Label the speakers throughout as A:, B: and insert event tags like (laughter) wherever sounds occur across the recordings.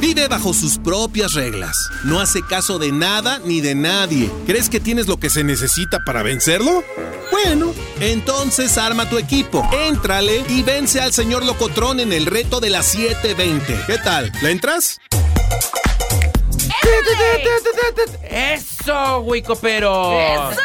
A: Vive bajo sus propias reglas. No hace caso de nada ni de nadie. ¿Crees que tienes lo que se necesita para vencerlo? Bueno, entonces arma tu equipo, éntrale y vence al señor Locotrón en el reto de las 7.20. ¿Qué tal? ¿La entras?
B: ¡Eso, Wicopero!
C: ¡Eso!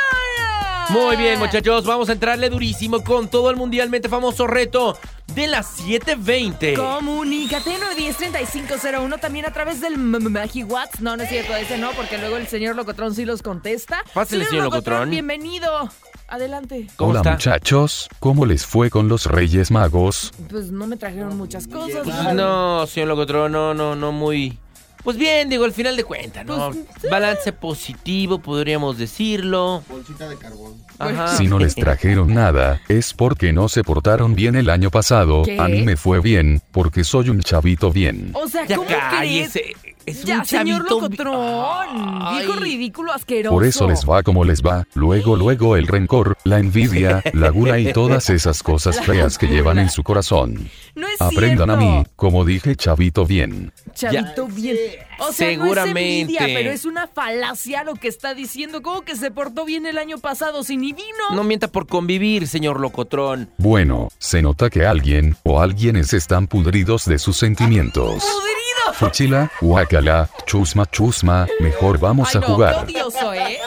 B: Muy bien, muchachos, vamos a entrarle durísimo con todo el mundialmente famoso reto de las 7.20.
C: Comunícate 910-3501 también a través del M- M- Magi Watts. No, no es cierto, ese no, porque luego el señor Locotrón sí los contesta.
B: Pásale, señor Locotrón.
C: Bienvenido. Adelante.
B: ¿Cómo
D: Hola
B: está?
D: muchachos, ¿cómo les fue con los Reyes Magos?
C: Pues no me trajeron muchas cosas.
B: No, señor Locotrón, no, no, no muy... Pues bien, digo, al final de cuentas, ¿no?
C: Pues,
B: Balance positivo, podríamos decirlo.
E: Bolsita de carbón.
B: Ajá.
C: Ah. Pues,
D: Si no les trajeron nada, es porque no se portaron bien el año pasado.
C: ¿Qué?
D: A mí me fue bien, porque soy un chavito bien.
C: O sea,
B: Ya
C: ¿cómo crees?
B: cállese. Es
C: ya,
B: un
C: señor
B: chavito-
C: Locotrón.
B: Ay.
C: Viejo ridículo, asqueroso.
D: Por eso les va como les va, luego luego el rencor,
C: (laughs)
D: la envidia, la gula y todas esas cosas feas que llevan en su corazón.
C: No es
D: Aprendan a
C: cierto.
D: mí, como dije chavito bien.
C: Chavito bien. O sea,
B: Seguramente.
C: no es envidia, pero es una falacia lo que está diciendo. ¿Cómo que se portó bien el año pasado si ni vino?
B: No mienta por convivir, señor Locotrón.
D: Bueno, se nota que alguien o alguienes están pudridos de sus sentimientos.
C: ¡Podrido!
D: Fuchila, guacala, chusma chusma, mejor vamos
C: Ay,
D: a
C: no,
D: jugar.
C: qué odioso, ¿eh?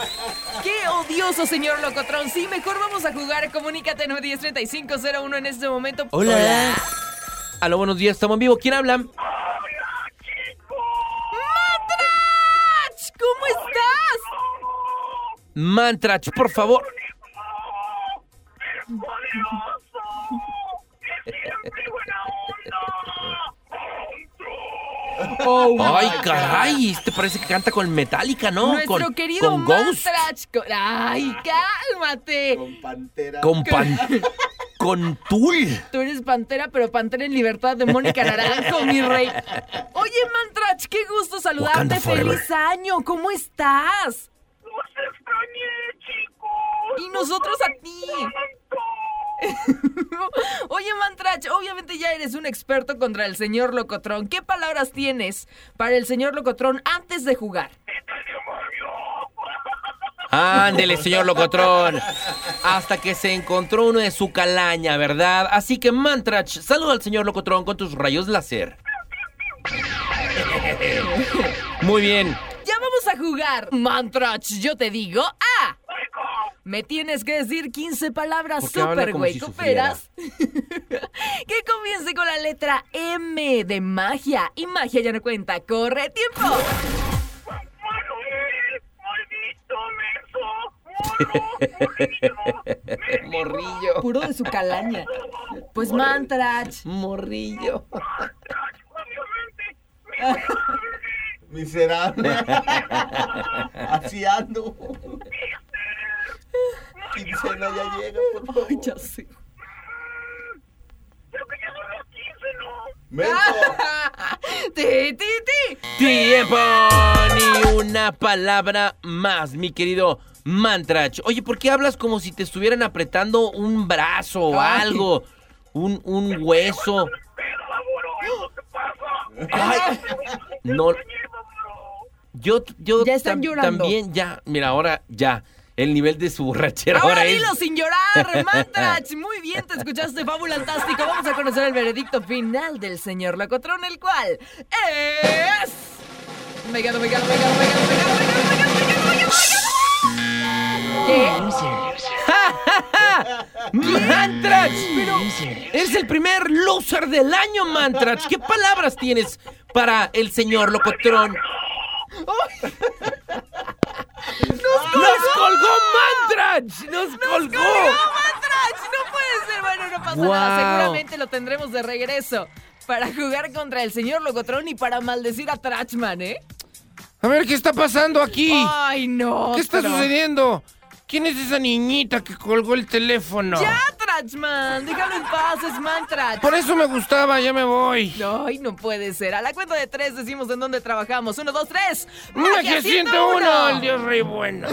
C: ¡Qué odioso, señor Locotrón! Sí, mejor vamos a jugar. Comunícate 910-3501 en este momento.
B: Aló, buenos días, estamos en vivo. ¿Quién habla?
C: ¡Ach! ¿Cómo estás?
B: Mantrach, por favor.
C: Oh
B: Ay, caray, este parece que canta con Metallica, ¿no?
C: Nuestro
B: con,
C: querido
B: con Ghost.
C: Mantrach. co- ¡Ay, cálmate!
E: Con pantera.
B: Con
C: (laughs)
B: pan. con Tool.
C: Tú eres Pantera, pero Pantera en libertad de Mónica Naranjo, mi rey. Oye, Mantrach, qué gusto
B: Wakanda
C: saludarte.
B: forever.
C: ¡Feliz año! ¿Cómo estás? Y nosotros a ti. (laughs) Oye, Mantrach, obviamente ya eres un experto contra el señor Locotrón. ¿Qué palabras tienes para el señor Locotrón antes de jugar?
B: Ándele, señor Locotrón. Hasta que se encontró uno de su calaña, ¿verdad? Así que, Mantrach, saluda al señor Locotrón con tus rayos
C: (laughs)
B: láser. Muy bien.
C: Ya vamos a jugar. Mantrach, yo te digo A. Me tienes que decir 15 palabras
B: ¿Por qué habla
C: super
B: como
C: güey.
B: si
C: ¿Cooperas? (laughs) que comience con la letra M de magia. Y magia ya no cuenta. ¡Corre tiempo!
B: Morrillo.
C: Puro de su calaña.
B: (laughs)
C: Pues Mantrach.
B: Morrillo.
E: Miserable. (laughs) Así ando. Quincena ya llega, por favor.
C: Ay, ya sé.
E: Menso.
C: (laughs) Ti, ti, ti.
B: ¡Tiempo! Ni una palabra más, mi querido Mantrach. Oye, ¿por qué hablas como si te estuvieran apretando un brazo o
C: Ay.
B: algo? Un, un hueso. Ay, no. Yo, yo
C: Ya están
B: tam-
C: llorando.
B: también ya, mira, ahora ya. El nivel de su borrachera
C: Ahora
B: ahora es.
C: dilo sin llorar, Mantrach. Muy bien, te escuchaste fabulantástico. Vamos a conocer el veredicto final del señor Locotrón, el cual es. Me gano, me gano, me gano, me gano, me gano, me gano, me gano, me gano, me gano, me gano.
B: ¡Mantrach! Pero eres el primer loser del año, Mantrach. ¿Qué palabras tienes para el señor Locotrón? ¡Nos colgó, Mantrach! ¡Nos colgó!
C: ¡No, ¡Oh, Mantrach! ¡No puede ser! Bueno, no pasa nada.
B: Guau.
C: Seguramente lo tendremos de regreso para jugar contra el señor Locotrón y para maldecir a Trachman, ¿eh?
F: A ver, ¿qué está pasando aquí?
C: ¡Ay,
B: Oh,
C: no!
F: ¿Qué está
C: Trach.
F: sucediendo? ¿Quién es esa niñita que colgó el teléfono?
C: ¡Ya, Trachman! ¡Déjalo en paz! ¡Es Mantrach!
F: Por eso me gustaba, ya me voy.
C: Ay, no puede ser. A la cuenta de tres decimos en dónde trabajamos. Uno, dos, tres.
F: Magia 101, el Dios Rey Bueno.